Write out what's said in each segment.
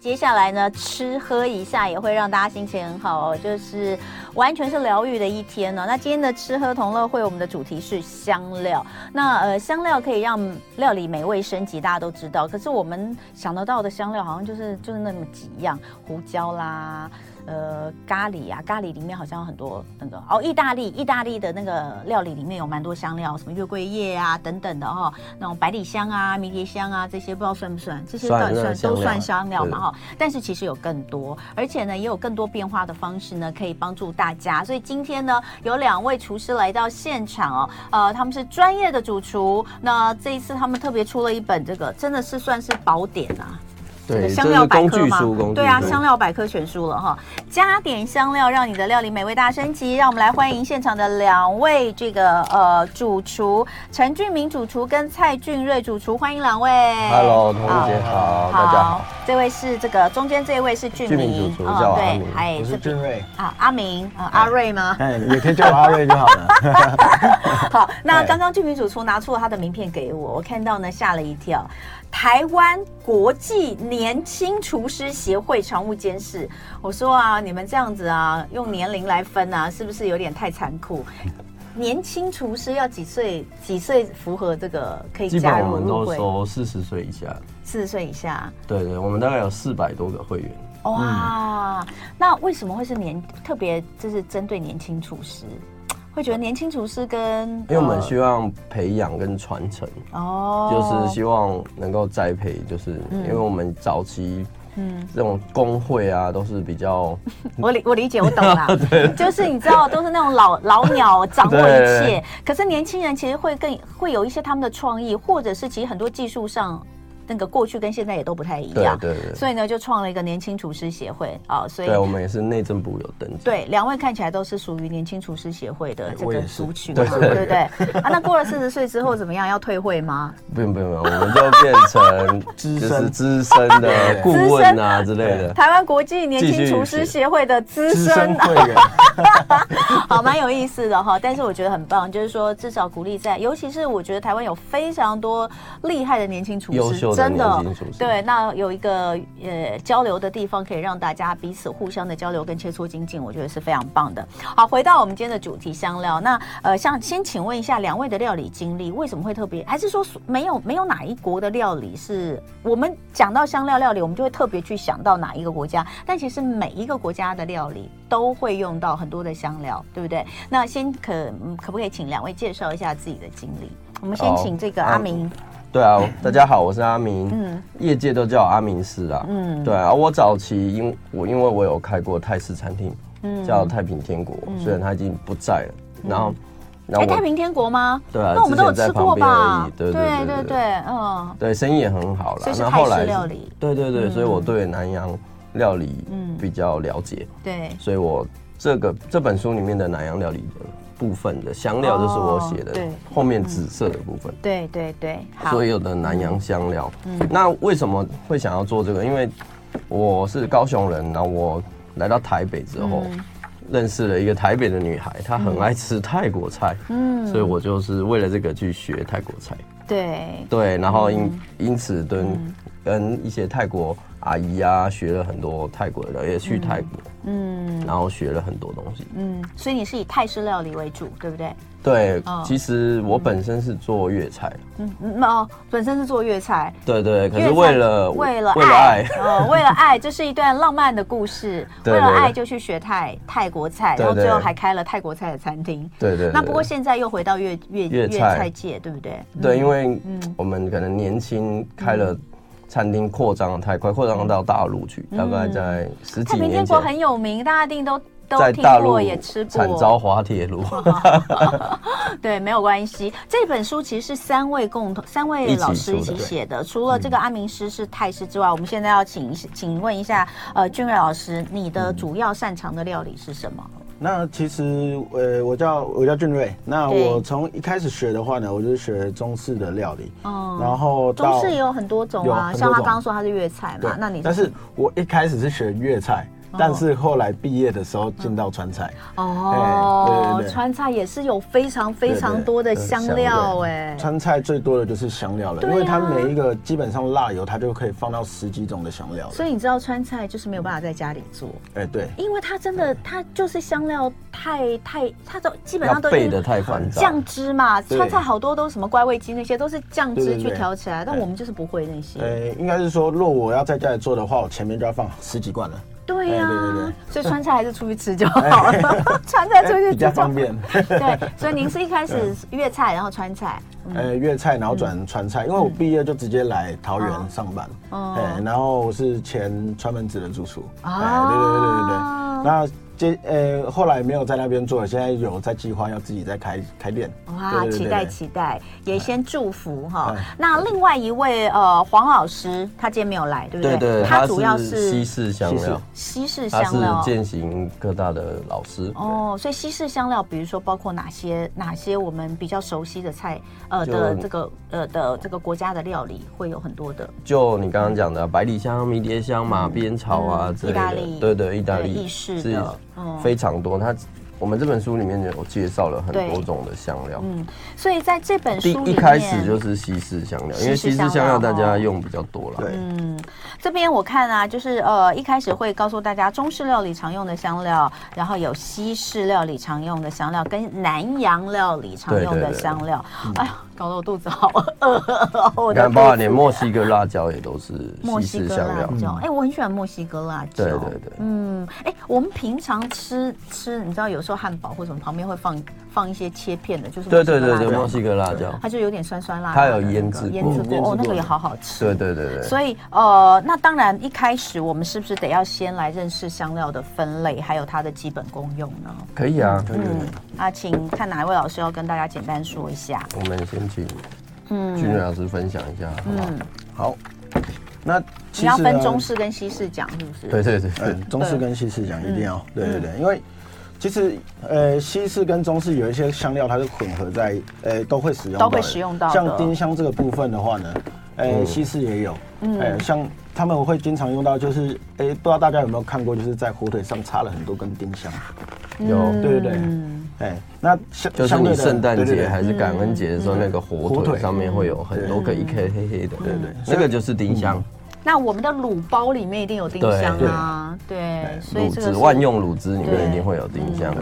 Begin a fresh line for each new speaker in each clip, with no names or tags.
接下来呢，吃喝一下也会让大家心情很好哦，就是完全是疗愈的一天哦。那今天的吃喝同乐会，我们的主题是香料。那呃，香料可以让料理美味升级，大家都知道。可是我们想得到的香料，好像就是就是那么几样，胡椒啦。呃，咖喱啊，咖喱里面好像有很多那个哦，意大利，意大利的那个料理里面有蛮多香料，什么月桂叶啊等等的哈、哦，那种百里香啊、迷迭香啊这些，不知道算不算？这些
算
到底
这
算
算
都
香料
算香料嘛
对
哈、但是其实有更多，而且呢也有更多变化的方式呢，可以帮助大家。所以今天呢，有两位厨师来到现场哦，呃，他们是专业的主厨，那这一次他们特别出了一本这个，真的是算是宝典啊。这个
对，
香
这
料
是
百
工
科
具
嘛
书，工具书。
对啊，香料百科全书了哈。加点香料，让你的料理美味大升级。让我们来欢迎现场的两位这个呃主厨陈俊明主厨跟蔡俊瑞主厨，欢迎两位。
Hello，童姐好，大家好。，
这位是这个中间这位是俊
俊
明，嗯
明主厨叫阿
对
明，
还
我是
这
俊瑞，
啊阿明啊阿瑞吗？
哎，也可以叫我阿瑞就 好了。
好，那
哎
刚刚俊明主厨拿出了他的名片给我，我看到呢吓了一跳。台湾国际年轻厨师协会常务监事，我说啊，你们这样子啊，用年龄来分啊，是不是有点太残酷？年轻厨师要几岁？几岁符合这个可以
基
加
本
入
我们
入
都
会？
收四十岁以下，
四十岁以下，
对对，我们大概有四百多个会员。
哇，那为什么会是年特别就是针对年轻厨师？会觉得年轻厨师跟
因为我们
呃
希望培养跟传承，
哦，嗯
就是希望能够栽培，就是因为我们早期，嗯，这种工会啊都是比 较，
我理我理解，我懂 啦，就是你知道，都是那种老老鸟掌握一
对
切，可是年轻人其实会更会有一些他们的创意，或者是其实很多技术上那个过去跟现在也都不太一
对
样，
对对，
所以呢就创了一个年轻厨师协会啊、所以
对我们也是内政部有登记，
对两位看起来都是属于年轻厨师协会的这
哎我
个
也是
族群嘛，
对嗯
对不对？啊，那过了四十岁之后怎么样？要退会吗？
不用不用不用，我们就变成
资
就是
深
资深的顾问啊之类的，
台湾国际年
继
轻
续
厨师
学
协会的资
资
深
深会员，
好，蛮有意思的哈。但是我觉得很棒，就是说至少鼓励在，尤其是我觉得台湾有非常多厉害的年轻厨师，
优秀的
真的
年轻厨师
对，那有一个呃交流的地方，可以让大家彼此互相的交流跟切磋精进，我觉得是非常棒的。好，回到我们今天的主题香料，那呃，像先请问一下两位的料理经历，为什么会特别？还是说没有没有哪一国的料理是我们讲到香料料理，我们就会特别去想到哪一个国家？但其实每一个国家的料理都会用到很多的香料，对不对？那先可嗯可不可以请两位介绍一下自己的经历？我们先
好
请这个
嗯
阿明，
对啊，大家好，我是阿明，
嗯
业界都叫我阿明师啊，
嗯
对啊，我早期因我因为我有开过泰式餐厅，
嗯
叫太平天国，虽然它已经不在了，然后，然
哎，
后
太
我
平天国吗？
对啊
那我们都有
之前
吃
在
过
旁边而
吧
已？对对
对
对
对
对
对，嗯，
对生意也很好
所
啦
以，是
那
泰
后
式
来
料理，
对对对，所以我对南洋料理
嗯
比较了解，
对。
所以我这个这本书里面的南洋料理的部分的香料就是我写
哦
的
对
后面紫色的部分。
对对对，好
所，有的南洋香料。那为什么会想要做这个？因为我是高雄人，然后我来到台北之后，
嗯
认识了一个台北的女孩，她很爱吃泰国菜，
嗯
所以我就是为了这个去学泰国菜。
对，
对，然后因、因此跟、
嗯
跟一些泰国阿姨啊学了很多泰国的料，也去泰国，
嗯
然后学了很多东西。
嗯，所以你是以泰式料理为主，对不对？
对，
哦
其实我本身是做粤菜的，
嗯嗯哦，本身是做粤菜，
对对，可
粤
是
菜
为了
为了
为了
爱
爱，
哦，为了爱，这是一段浪漫的故事。为
对
了
对对
爱就去学泰泰国菜，
对
然后最后
对
还开了泰国菜的餐厅。
对对对。
那不过现在又回到粤粤
粤菜
菜界，对不对？
对，因为
嗯
我们可能年轻开了餐厅，扩张得太
嗯
快，扩张到大陆去，大概在十
太
几
平
年
嗯天国
前，
很有名，大家一定都都
在
听
大陆
过，也吃
惨
过
遭。滑铁 卢，
对，没有关系。这本书其实是三位共同三位老师一
一起出
起
的对
写的。除了这个阿明师是泰师之外，我们现在要请请问一下，呃，俊瑞老师，你的主要擅长的料理是什么？
那其实呃，我叫我叫俊瑞。那
对
我从一开始学的话呢，我就是学中式的料理，
嗯，
然后
中
到
式也有很多种
有
啊，
很多
像他
种
刚刚说他是粤菜
对
嘛，那你
但是我一开始是学粤菜，但是后来毕业的时候进到川菜，哎
哦，
对对对
川菜也是有非常非常多的香料哎，
川菜最多的就是香料了，
对啊
因为它每一个基本上辣油它就可以放到十几种的香料了。
所以你知道川菜就是没有办法在家里做，
哎，对，
因为它真的它就是香料太太，它都基本
要
上都
备
是
的太繁杂，
酱汁嘛，
对
川菜好多都是什么怪味鸡那些都是酱
对
汁
对
去
对
调起来，但我们就是不会那些，
呃，应该是说，若我要在家里做的话，我前面就要放十几罐了，
对呀
哎对对对，
所以川菜还是出去吃就好了， 川菜出去吃
哎比较
就好
方。便。
对，所以您是一开始粤菜，然后川菜，
呃，粤菜，然后转川菜，因为我毕业就直接来桃
嗯哦
园上班，
哦
哎，然后我是前川门子的住厨，
哦
哎，对对对对对，
啊
那接呃后来没有在那边做，现在有在计划要自己再开开店，
哇，
对
期待，期待，也先祝福哈
哎。
那另外一位呃，黄老师，他今天没有来，对不
对
对？
对，
他
它
主要
是西
是
式香
西式
料，
西式
他
香
是
料
践行各大的老师。
哦，所以西式香料，比如说包括哪些哪些我们比较熟悉的菜，呃
就
的这个呃的这个国家的料理会有很多的
就你刚刚讲的百里香、迷迭香嘛、边草啊
嗯
之类
意大
的
利，
对对，意大利
对意式的
是
嗯
非常多。它我们这本书里面有介绍了很
对
多种的香料。
嗯，所以在这本
第
书
一
里
开始
面，
就是西式香料，
西式
因为西式香料大家用比较多了。
对对对，
嗯
对，
这边我看啊，就是呃一开始会告诉大家中式料理常用的香料，然后有西式料理常用的香料，跟南洋料理常用
对
的
对对嗯
香料。哎呀，搞得我肚子好饿， 我
你
的
看，
肚
包
子啊
含连墨西哥辣椒也都是
墨
西
西
式
哥
香
辣
料。嗯
椒，哎、我很喜欢墨西哥辣椒。
对对对
嗯，哎、我们平常吃吃，你知道有时候汉堡或什么旁边会放放一些切片的，就是
对对对对，
嗯墨
墨
西哥辣椒嗯
西哥辣椒。
它就有点酸酸辣辣
它
的那
有
个，
腌制
腌
过
制
嗯腌
过，哦，
制
那个
过
也好好吃。
对对对对。
所以呃，那当然一开始我们是不是得要先来认识香料的分类，还有它的基本功用呢？
可以啊，可以。
嗯，那请看哪一位老师要跟大家简单说一下。
我们先请俊
嗯
瑞老师分享一下，好不好？
嗯，
好，那其
你要
实
分
呢
中式跟西式讲是不是？
啊对对对
呃
对，
嗯
中式跟西式讲一定要，对对对，因为其实呃西式跟中式有一些香料它是混合在，呃都会使用到的，
都会使用到的嗯
像丁香这个部分的话呢，呃西式也有，呃像他们会经常用到，就是哎不知道大家有没有看过，就是在火腿上插了很多根丁香，
嗯
有，
对对对，哎那
就是
相相
你
对的
圣诞
对对
节
对
还是感恩节的时
嗯
候，那个火
火
腿
腿
上面会有很多个一颗黑黑的，对
对
那个就是丁香，
那我们的卤包里面一定有丁香啊，对，所以
卤
这个
汁
是
万。用卤汁里面
对嗯
一定会有丁香，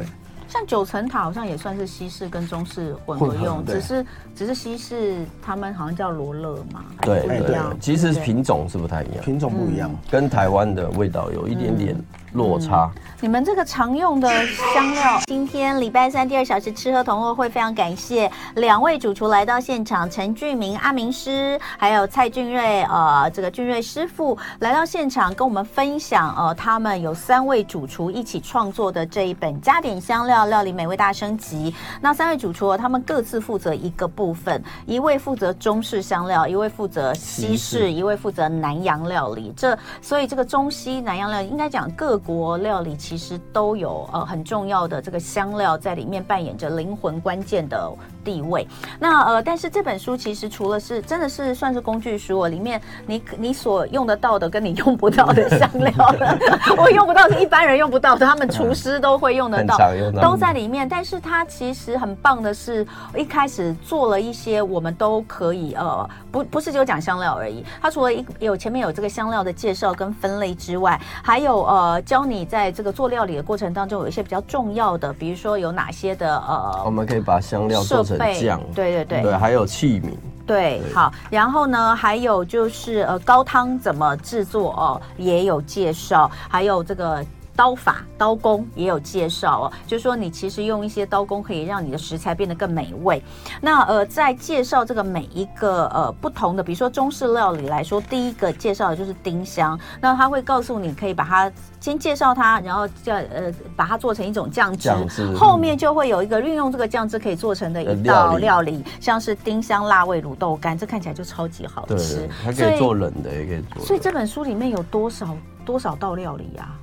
像九层塔好像也算是西式跟中式混合
混合
用，
对
只是只是西式他们好像叫罗勒嘛，还
对
是不
对
一
对
样。
其实
对不对
品种是不太一样，
品种不
嗯
一样，
跟台湾的味道有一点点落差。
你们这个常用的香料，今天礼拜三第二小时吃喝同乐会，非常感谢两位主厨来到现场，陈俊明阿明师，还有蔡俊瑞，呃，这个俊瑞师傅来到现场跟我们分享，呃，他们有三位主厨一起创作的这一本《加点香料料理美味大升级》。那三位主厨、哦、他们各自负责一个部分，一位负责中式香料，一位负责西
西
式
式，
一位负责南洋料理，这所以这个中西南洋料理应该讲各国料理其实都有呃很重要的这个香料在里面扮演着灵魂关键的地位。那呃，但是这本书其实除了是真的是算是工具书哦，里面你你所用得到的跟你用不到的香料， 我用不到是一般人用不到的，他们厨师都会用得到，
很常用到
都在里面。但是它其实很棒的是，一开始做了一些我们都可以呃，不不是只有讲香料而已，它除了一有前面有这个香料的介绍跟分类之外，还有呃教你在这个做料理的过程当中有一些比较重要的，比如说有哪些的呃
我们可以把香料做成酱，
对对对
对，还有器皿，
对，好，然后呢，还有就是呃，高汤怎么制作哦，也有介绍，还有这个。刀法、刀工也有介绍哦，就是说你其实用一些刀工可以让你的食材变得更美味。那呃，在介绍这个每一个呃不同的，比如说中式料理来说，第一个介绍的就是丁香，那他会告诉你可以把它先介绍它，然后叫呃把它做成一种酱汁，
酱汁
后面就会有一个运用这个酱汁可以做成的一道
呃料理
料理，像是丁香辣味卤豆干，这看起来就超级好
对
吃，。
它
所
可以
以
做冷的，也可以做热的。
所以这本书里面有多少多少道料理啊？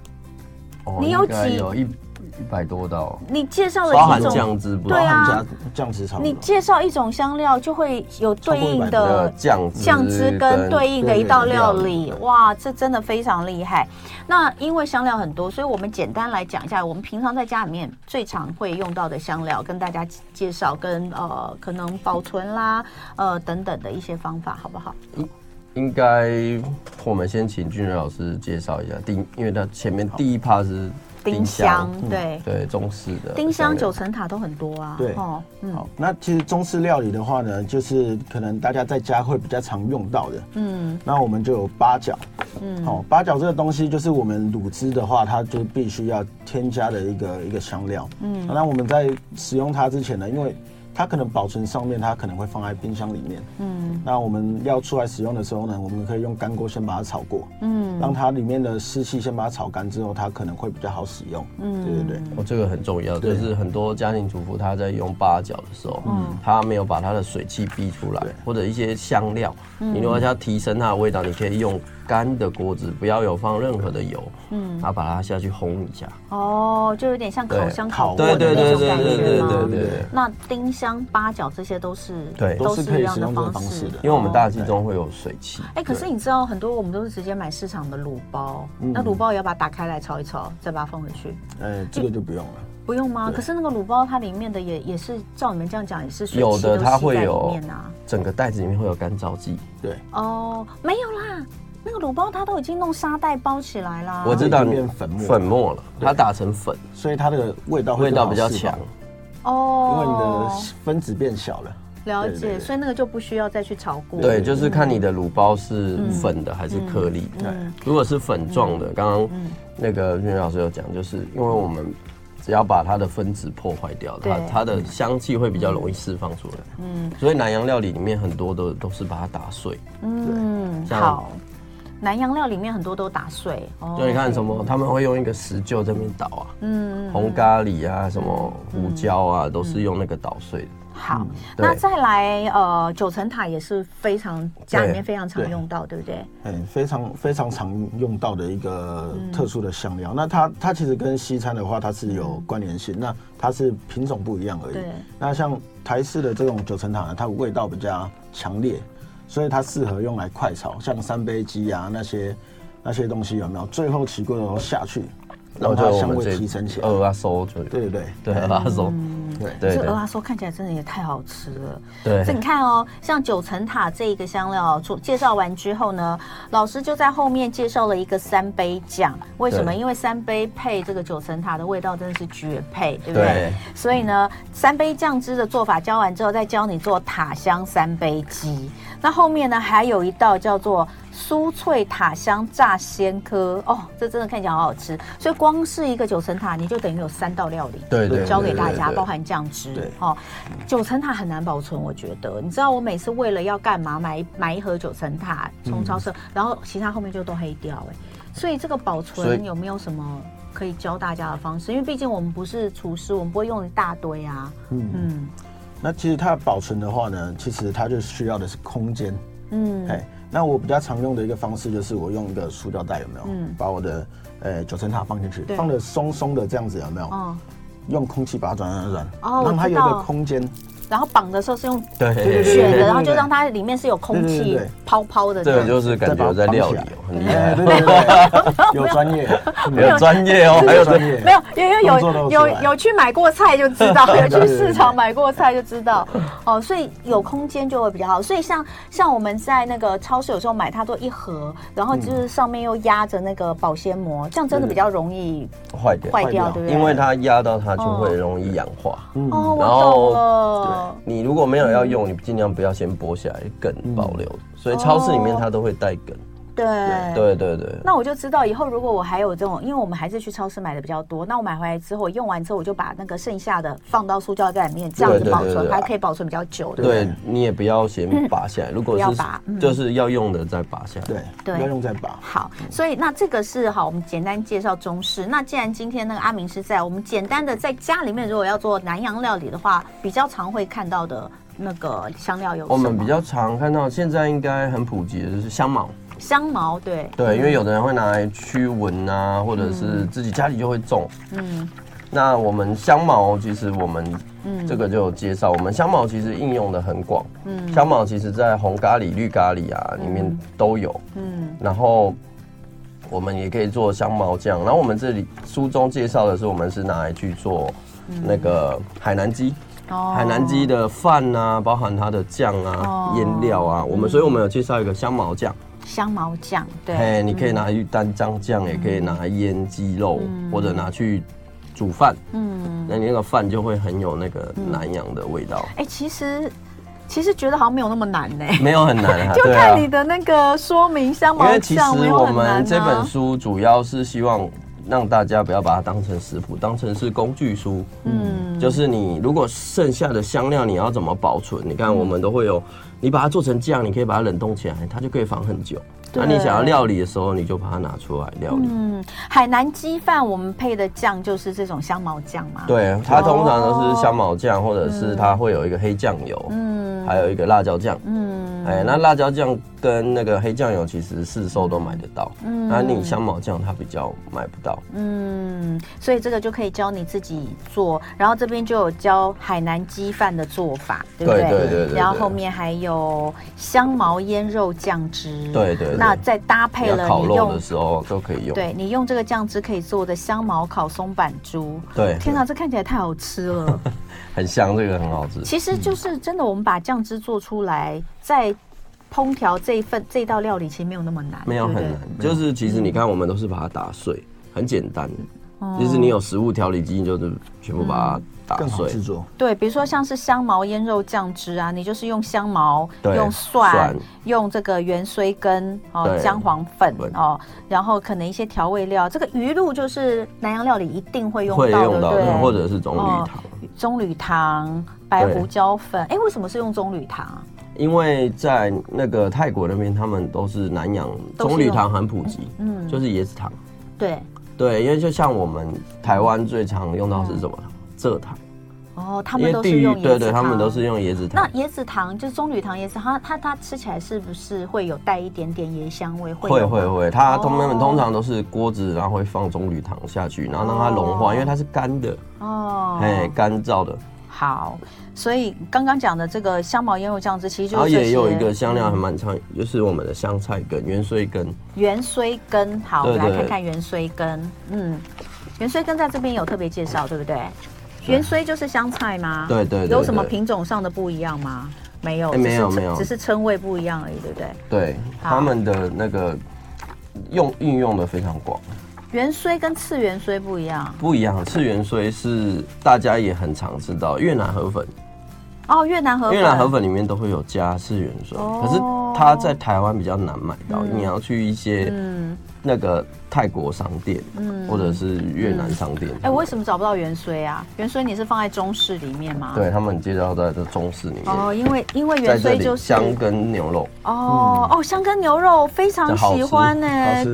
哦
你有
应该
几
有一一百多道，
你介绍
包
了
含
几种，
酱汁不
对啊
加酱汁差不
你
多。
介绍一种香料就会有对应
超过
呃
的
酱汁
酱汁跟对应的一道料理，
对
哇，这真的非常厉害。那因为香料很多，所以我们简单来讲一下，我们平常在家里面最常会用到的香料，跟大家介绍跟呃可能保存啦，呃等等的一些方法，好不好？
应该我们先请俊仁老师介绍一下丁，因为他前面第一趴是
丁香，
嗯
对
对中式的
丁香
料
九层塔都很多啊，
呃对
哦，嗯
好，那其实中式料理的话呢，就是可能大家在家会比较常用到的。
嗯
那我们就有八角，
嗯，
好、八角这个东西就是我们卤汁的话，它就必须要添加的一个一个香料。嗯，那我们在使用它之前呢，因为它可能保存上面，它可能会放在冰箱里面。嗯，那我们要出来使用的时候呢，我们可以用干锅先把它炒过，嗯，让它里面的湿气先把它炒干之后，它可能会比较好使用。嗯，对对对。
哦，这个很重要，就
对
是很多家庭主妇她在用八角的时候，她没有把她的水汽逼出来
嗯对，嗯
或者一些香料，你如果要提升它的味道，你可以用干的锅子，不要有放任何的油，嗯，然后把它下去烘一下，
哦，就有点像烤
对
箱
烤
烤
对
过的
对
那种
对
感
对
觉
对
吗？
对对
那丁香、八角这些都是
对
都
都
是
是
一
可以
样
使
的
用这个
方
方
式
式的
因为我们大气中会有水汽。
哎、可是
对嗯
你知道，很多我们都是直接买市场的卤包，那卤包也要把它打开来焯一焯，再把它放回去，
呃，这个就不用了。
不用吗？可是那个卤包它里面的也也是照你们这样讲，也是水
有
汽
的
都
它
吸
会
在里
有
面啊。
整个袋子里面会有干燥剂，
对，
哦，没有啦，那个卤包它都已经弄沙袋包起来啦。
我知道
啊里
你
面粉末
粉末了，它打成粉，
所以它的味道会
味道
更好
比较
释放
强。
因为你的
哦，
分子变小了。
了
对对
解，
对
所以那个就不需要再去炒过。
对，就是看你的卤包是
嗯
粉的还是颗粒的。如果是粉状的，刚刚
嗯
那个俊老师有讲，就是因为我们只要把它的分子破坏掉，它
对
它的香气会比较容易释放出来。嗯，所以南洋料理里面很多的都是把它打碎。
嗯，
像
好。南洋料里面很多都打碎哦，
就你看什么，他们会用一个石臼这边捣啊，嗯，红咖喱啊，什么
嗯
胡椒啊，都是用那个捣碎的。
好，
嗯对
那再来呃，九层塔也是非常家里面
对
非常常
对
用到，对不对？
嗯，非常非常常用到的一个
嗯
特殊的香料。那它它其实跟西餐的话，它是有关联性，那它是品种不一样而已
对。
那像台式的这种九层塔呢，它味道比较强烈，所以它适合用来快炒，像三杯鸡啊那些那些东西有没有？最后起锅的时候下去，
然
让
后
它
就
香
我们
味
这
提升起来。
鹅啊收就
对对对，
对鹅啊收，
对
对
这
对
鹅啊说看起来真的也太好吃了。
对
所以你看哦， 像九层塔这一个香料做介绍完之后呢，老师就在后面介绍了一个三杯酱。为什么？
对
因为三杯配这个九层塔的味道真的是绝配，对不对？
对
所以呢，三杯酱汁的做法教完之后，再教你做塔香三杯鸡。那后面呢，还有一道叫做酥脆塔香炸鲜科哦，这真的看起来好好吃。所以光是一个九层塔，你就等于有三道料理。
对对，
教给大
对
家，
对
包含酱汁
对
哦。九层塔很难保存，我觉得。你知道我每次为了要干嘛买买一盒九层塔从超市，然后其他后面就都黑掉哎。所以这个保
所
存
以
有没有什么可以教大家的方式？因为毕竟我们不是厨师，我们不会用一大堆啊。嗯
那其实它保存的话呢，其实它就需要的是空间。
嗯
哎，那我比较常用的一个方式就是我用一个塑料袋，有没有？把我的呃九层塔放进去
对，
放的松松的这样子，有没有？
哦，
用空气把它转转转，
哦我
让它
知
有一个
道
空间。
然后绑的时候是用
对对对
卷
对对
的，然后就
对
让它里面是有空
对对
气
对对
泡泡的这
这个
样。
就是感觉在料理
再
哦，很厉
哎，
害，
对对对，有专业，嗯
有专业哦，还有专
有专
业。
业，
没有，因为
动作
有有
都出来
有去买过菜就知道，有去
对对
市场买过菜就知道。哦，所以有空间就会比较好。所以像像我们在那个超市有时候买它都一盒，然后就是上面又压着那个保鲜膜，这样真的比较容易
坏掉，
坏
坏
掉，
掉
对不对？
因为它压到它就会容易氧化。
哦，我
然后
懂了。
你如果没有要
嗯
用，你尽量不要先剥下来，梗保留。所以超市里面它都会带梗。
对
对对对，
哦哎那我就知道以后如果我还有这种，因为我们还是去超市买的比较多，那我买回来之后用完之后，我就把那个剩下的放到塑胶袋里面，这样
对
子
对
保
对
存，
对
还可以保存比较久。对不对
对你也不要先拔下来，如
嗯
果
不要
是
拔嗯
就是要用的再拔下来。
对，不
对
要用再
嗯
拔。
好，所以那这个是好，我们简单介绍中式。那既然今天那个阿明是在，我们简单的在家里面，如果要做南洋料理的话，比较常会看到的那个香料有什么？
我们比较常看到，现在应该很普及的就是香茅。
香茅，对，
对，因为有的人会拿来驱蚊啊，或者是自己家里就会种。
嗯，
那我们香茅，其实我们这个就有介绍，我们香茅其实应用的很广。嗯，香茅其实在红咖喱、绿咖喱啊里面都有。嗯，然后我们也可以做香茅酱。然后我们这里书中介绍的是，我们是拿来去做那个海南鸡。
嗯哦
海南鸡的饭啊，包含它的酱啊
哦、
腌料啊，我们所以我们有介绍一个香茅酱，
香茅酱，对，嗯
哎，你可以拿来去单张酱，也可以拿来腌鸡肉，或者拿去煮饭，
嗯，
那你那个饭就会很有那个南洋的味道，
哎，其实其实觉得好像没有那么难 呢，
没有很难啊，
就
对
看
啊
你。的那个说明香
因
茅
为其实
酱没有
我
很难
们这本
啊。
书主要是希望让大家不要把它当成食谱，当成是工具书。嗯，就是你如果剩下的香料你要怎么保存？你
嗯
看我们都会有，你把它做成酱，你可以把它冷冻起来，它就可以放很久。那你想要料理的时候，你就把它拿出来料理。
嗯，海南鸡饭我们配的酱就是这种香茅酱嘛。，
对，它通常都是香茅酱，或者是它会有一个黑酱油，
嗯
还有一个辣椒酱。
嗯
哎，那辣椒酱跟那个黑酱油其实市售都买得到，嗯，那你香茅酱它比较买不到，
嗯，所以这个就可以教你自己做，然后这边就有教海南鸡饭的做法，对不对？
对对对对对
然后后面还有香茅腌肉酱汁，
对对对
那再搭配
要
了
烤
你
肉的
用。
时候都可以用。
对你用这个酱汁可以做的香茅烤松板猪，
对
天哪，这看起来太好吃 了！
很香，这个很好吃。
其实就是真的，我们把酱汁做出来，在烹调这一份这一道料理，其实没有那么难，
没有
对
很
不对
难，就是其实你看，我们都是把它打碎，很简单。
哦
就是你有食物调理机，你就是全部把它打
更好
碎
制。作。
对，比如说像是香茅腌肉酱汁啊，你就是用香茅、
对
用蒜、
蒜
用这个芫荽根、哦
对
姜黄粉
粉
哦，然后可能一些调味料。这个鱼露就是南洋料理一定会用
会
到的，
用到
对不对，
或者是棕榈
哦
糖，
棕榈糖、白
对
胡椒粉。哎，为什么是用棕榈糖啊？
因为在那个泰国那边，他们都是南洋
都是用
棕榈糖很普及，
嗯
就是椰子糖。
对，
对，因为就像我们台湾最常用到是什么糖？蔗糖，
哦，嗯他
因
们
为
都
地
是
域
用椰子
对对，他们
糖
都是。用椰子
那
糖，
椰子糖就是棕榈糖椰子，它它它吃起来是不是会有带一点点椰香味？会
会
有吗
会会，它
哦
通他们通常都是锅子，然后会放棕榈糖下去，然后让它融
哦
化，因为它是干的，
哦，
哎，干燥的。
好，所以刚刚讲的这个香茅腌肉酱汁，其实就
然后
是这
也有
些
一个香料还蛮常，就是我们的香菜根、芫荽根，
芫荽根。好，我们
对
来
对
看看芫荽根。嗯，芫荽根在这边有特别介绍，对不对？芫荽就是香菜吗？
对对对
有什么
对
品种上的不一样吗？没有，
哎没有
只是
没有
只是称谓不一样而已，对不对？
对，
好
他们的那个用运用的非常广，
芫荽跟次芫荽不一样
不一样。赤芫荽是大家也很常知道，越南河粉，
哦，越南河粉，
越南河粉里面都会有加赤芫荽，
哦
可是它在台湾比较难买到，你要去一些
嗯，
那个泰国商店，或者是越南商店，
哎、为什么找不到芫荽啊？芫荽你是放在中式里面吗？。
对他们介绍在这中式里面，
哦，因为因为
在
芫
这
荽就
里
是
香跟牛肉。
哦、哦，香根牛肉非常喜欢呢、
嗯好吃的嗯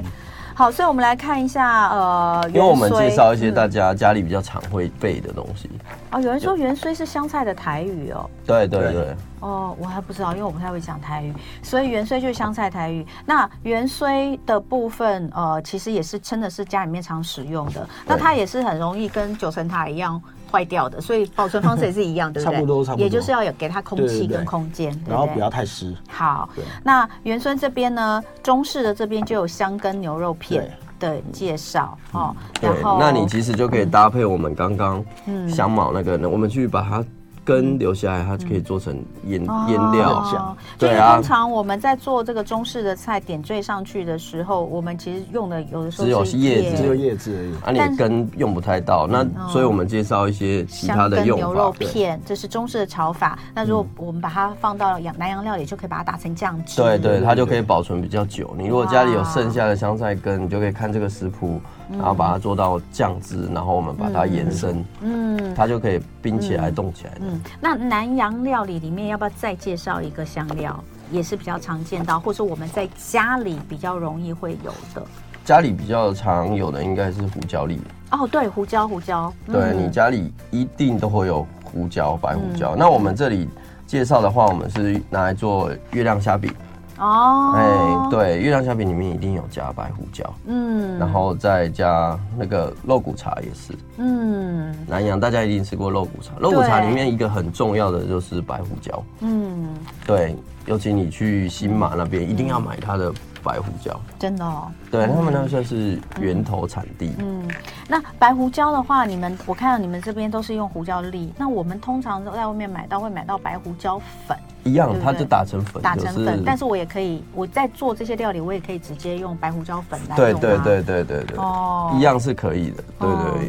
对。好，所以我们来看一下，呃，
因为我们
芫荽
介绍一些大家家里比较常会备的东西。
哦，有人说芫荽是香菜的台语哦，
对对
对
对，
哦，我还不知道，因为我不太会讲台语，所以芫荽就是香菜台语。那芫荽的部分，呃，其实也是真的是家里面常使用的，那它也是很容易跟九层塔一样坏掉的，所以保存方式也是一样，对不对？
差不多差不多
也就是要有给它空
对
气
对对
跟空间，对
然后
对
不要太湿。
好，那元孙这边呢，中式的这边就有香根牛肉片的介绍哦，
嗯对
然，后嗯
那你其实就可以搭配我们刚刚香茅那个，我们去把它根留下来，它可以做成腌
哦
腌料。
酱
所以
对啊
通常我们在做这个中式的菜点缀上去的时候，我们其实用的有的时候
只有
是
叶子
只有叶子而已。
啊，你
但
的
是嗯
根用不太到，那所以我们介绍一些其他
香
的
根
用
牛肉
法。嗯
片，这是中式的炒法。那如果我们把它放到洋南洋料理，就可以把它打成酱汁。
对对，
对
它就可以保存比较久。你如果家里有剩下的香菜根，你就可以看这个食谱，
嗯
然后把它做到酱汁，然后我们把它延伸，嗯，它就可以冰起来、冻起来。
嗯，那南洋料理里面要不要再介绍一个香料，也是比较常见到，或者我们在家里比较容易会有的？
家里比较常有的应该是胡椒粒，
哦，对，胡椒，胡椒，
对
嗯
你家里一定都会有胡椒、白胡椒。那我们这里介绍的话，我们是拿来做月亮虾饼，
哦，
哎、对，月亮虾饼里面一定有加白胡椒，
嗯
然后再加那个肉骨茶也是。
嗯
南洋大家一定吃过肉骨茶，肉骨茶里面一个很重要的就是白胡椒，
嗯，
对，尤其你去新马那边一定要买它的白胡椒，
真的哦。
对他们那算是源头产地。
嗯那白胡椒的话，你们我看到你们这边都是用胡椒粒，那我们通常在外面买到会买到白胡椒粉
一样
对，不对
它就打成粉，
打
就
成粉，但是我也可以我在做这些料理，我也可以直接用白胡椒粉来
对
用
对
它
对对对对，
哦
一样是可以的，对
哦
对，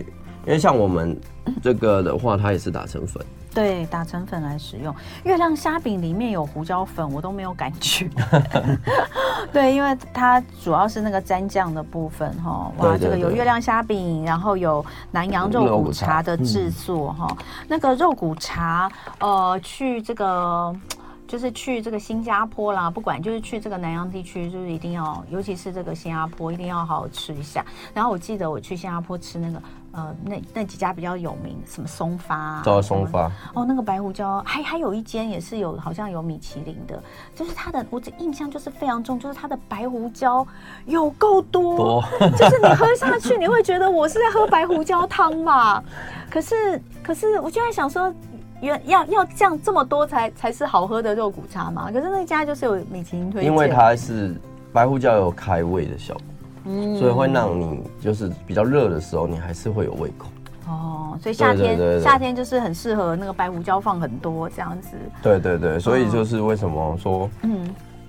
因为像我们这个的话，它也是打成粉，
对，打成粉来使用。月亮虾饼里面有胡椒粉，我都没有感 觉。对，因为它主要是那个蘸酱的部分哈。哇，
对对
这个有
对
月亮虾饼，然后有南洋肉
肉
骨
骨茶
茶的制作哈、
嗯
那个肉骨茶，呃，去这个。就是去这个新加坡啦，不管就是去这个南洋地区，就是一定要，尤其是这个新加坡，一定要好好吃一下。然后我记得我去新加坡吃那个，呃，那那几家比较有名，什么松发、啊，
招松
什么
发，
哦，那个白胡椒，还还有一间也是有，好像有米其林的，就是它的，我这印象就是非常重，就是它的白胡椒有够多，
多
就是你喝下去，你会觉得我是在喝白胡椒汤吧？可是可是我就在想说。原要要这样这么多才才是好喝的肉骨茶嘛？可是那家就是有米其林推荐，
因为它是白胡椒有开胃的效果，
嗯
所以会让你就是比较热的时候，你还是会有胃口。
哦，所以夏天
对对对对
夏天就是很适合那个白胡椒放很多这样子，
对对对，所以就是为什么说
嗯。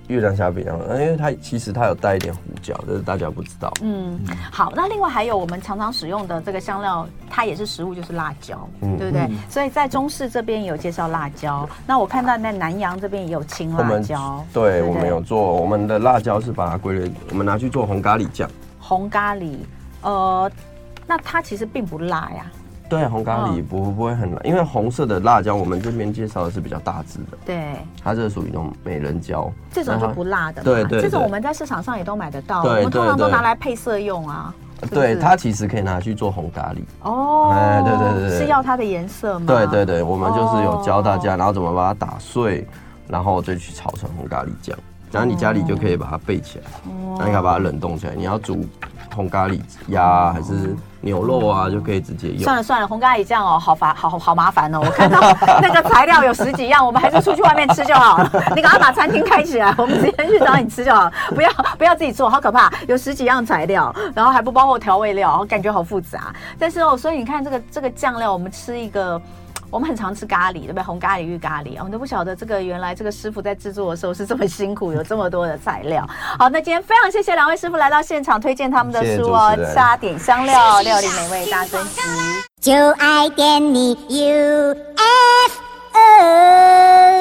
月亮虾饼，呃因为它其实它有带一点胡椒，这是大家不知道。
嗯，好，那另外还有我们常常使用的这个香料，它也是食物，就是辣椒，
嗯
对不对？所以在中式这边也有介绍辣椒，那我看到在南洋这边也有青
我
辣
们
椒，
对
不
我们有做我们的辣椒是把它归类，我们拿去做红咖喱酱。
红咖喱，呃，那它其实并不辣呀，
对，红咖喱
嗯
不不会很辣，因为红色的辣椒我们这边介绍的是比较大只的，
对，
它这属于那种美人椒，
这种
然
就
后
不辣的嘛，
对嗯对
这种
对
我们在市场上也都买得到，我
对
们通常
对
都
对
拿来配色用啊，是不
对
是
它其实可以拿去做红咖喱。
哦，
哎对对对对
是要它的颜色吗？
对对对，我们就是有教大
哦
家，然后怎么把它打碎，然后再去炒成红咖喱酱，然后你家里就可以把它备起来，
哦
然后你可以把它冷冻起来。你要煮红咖喱鸭啊还是牛肉啊，就可以直接用
算。了算了，红咖喱酱哦，好烦，好好好麻烦哦。我 看到那个材料有十几样，我们还是出去外面吃就好了。 你赶快把餐厅开起来，我们直接去找你吃就好了，不要不要自己做，好可怕。有十几样材料，然后还不包括调味料，感觉好复杂。但是哦，所以你看这个这个酱料，我们吃一个。我们很常吃咖喱，对不对？红咖喱、玉咖喱，我们都不晓得这个原来这个师傅在制作的时候是这么辛苦，有这么多的材料。好，那今天非常谢谢两位师傅来到现场，推荐他们的
谢谢
书哦，
主持
《
人
加点香料料理美味大升级》。
就爱点你 UFO。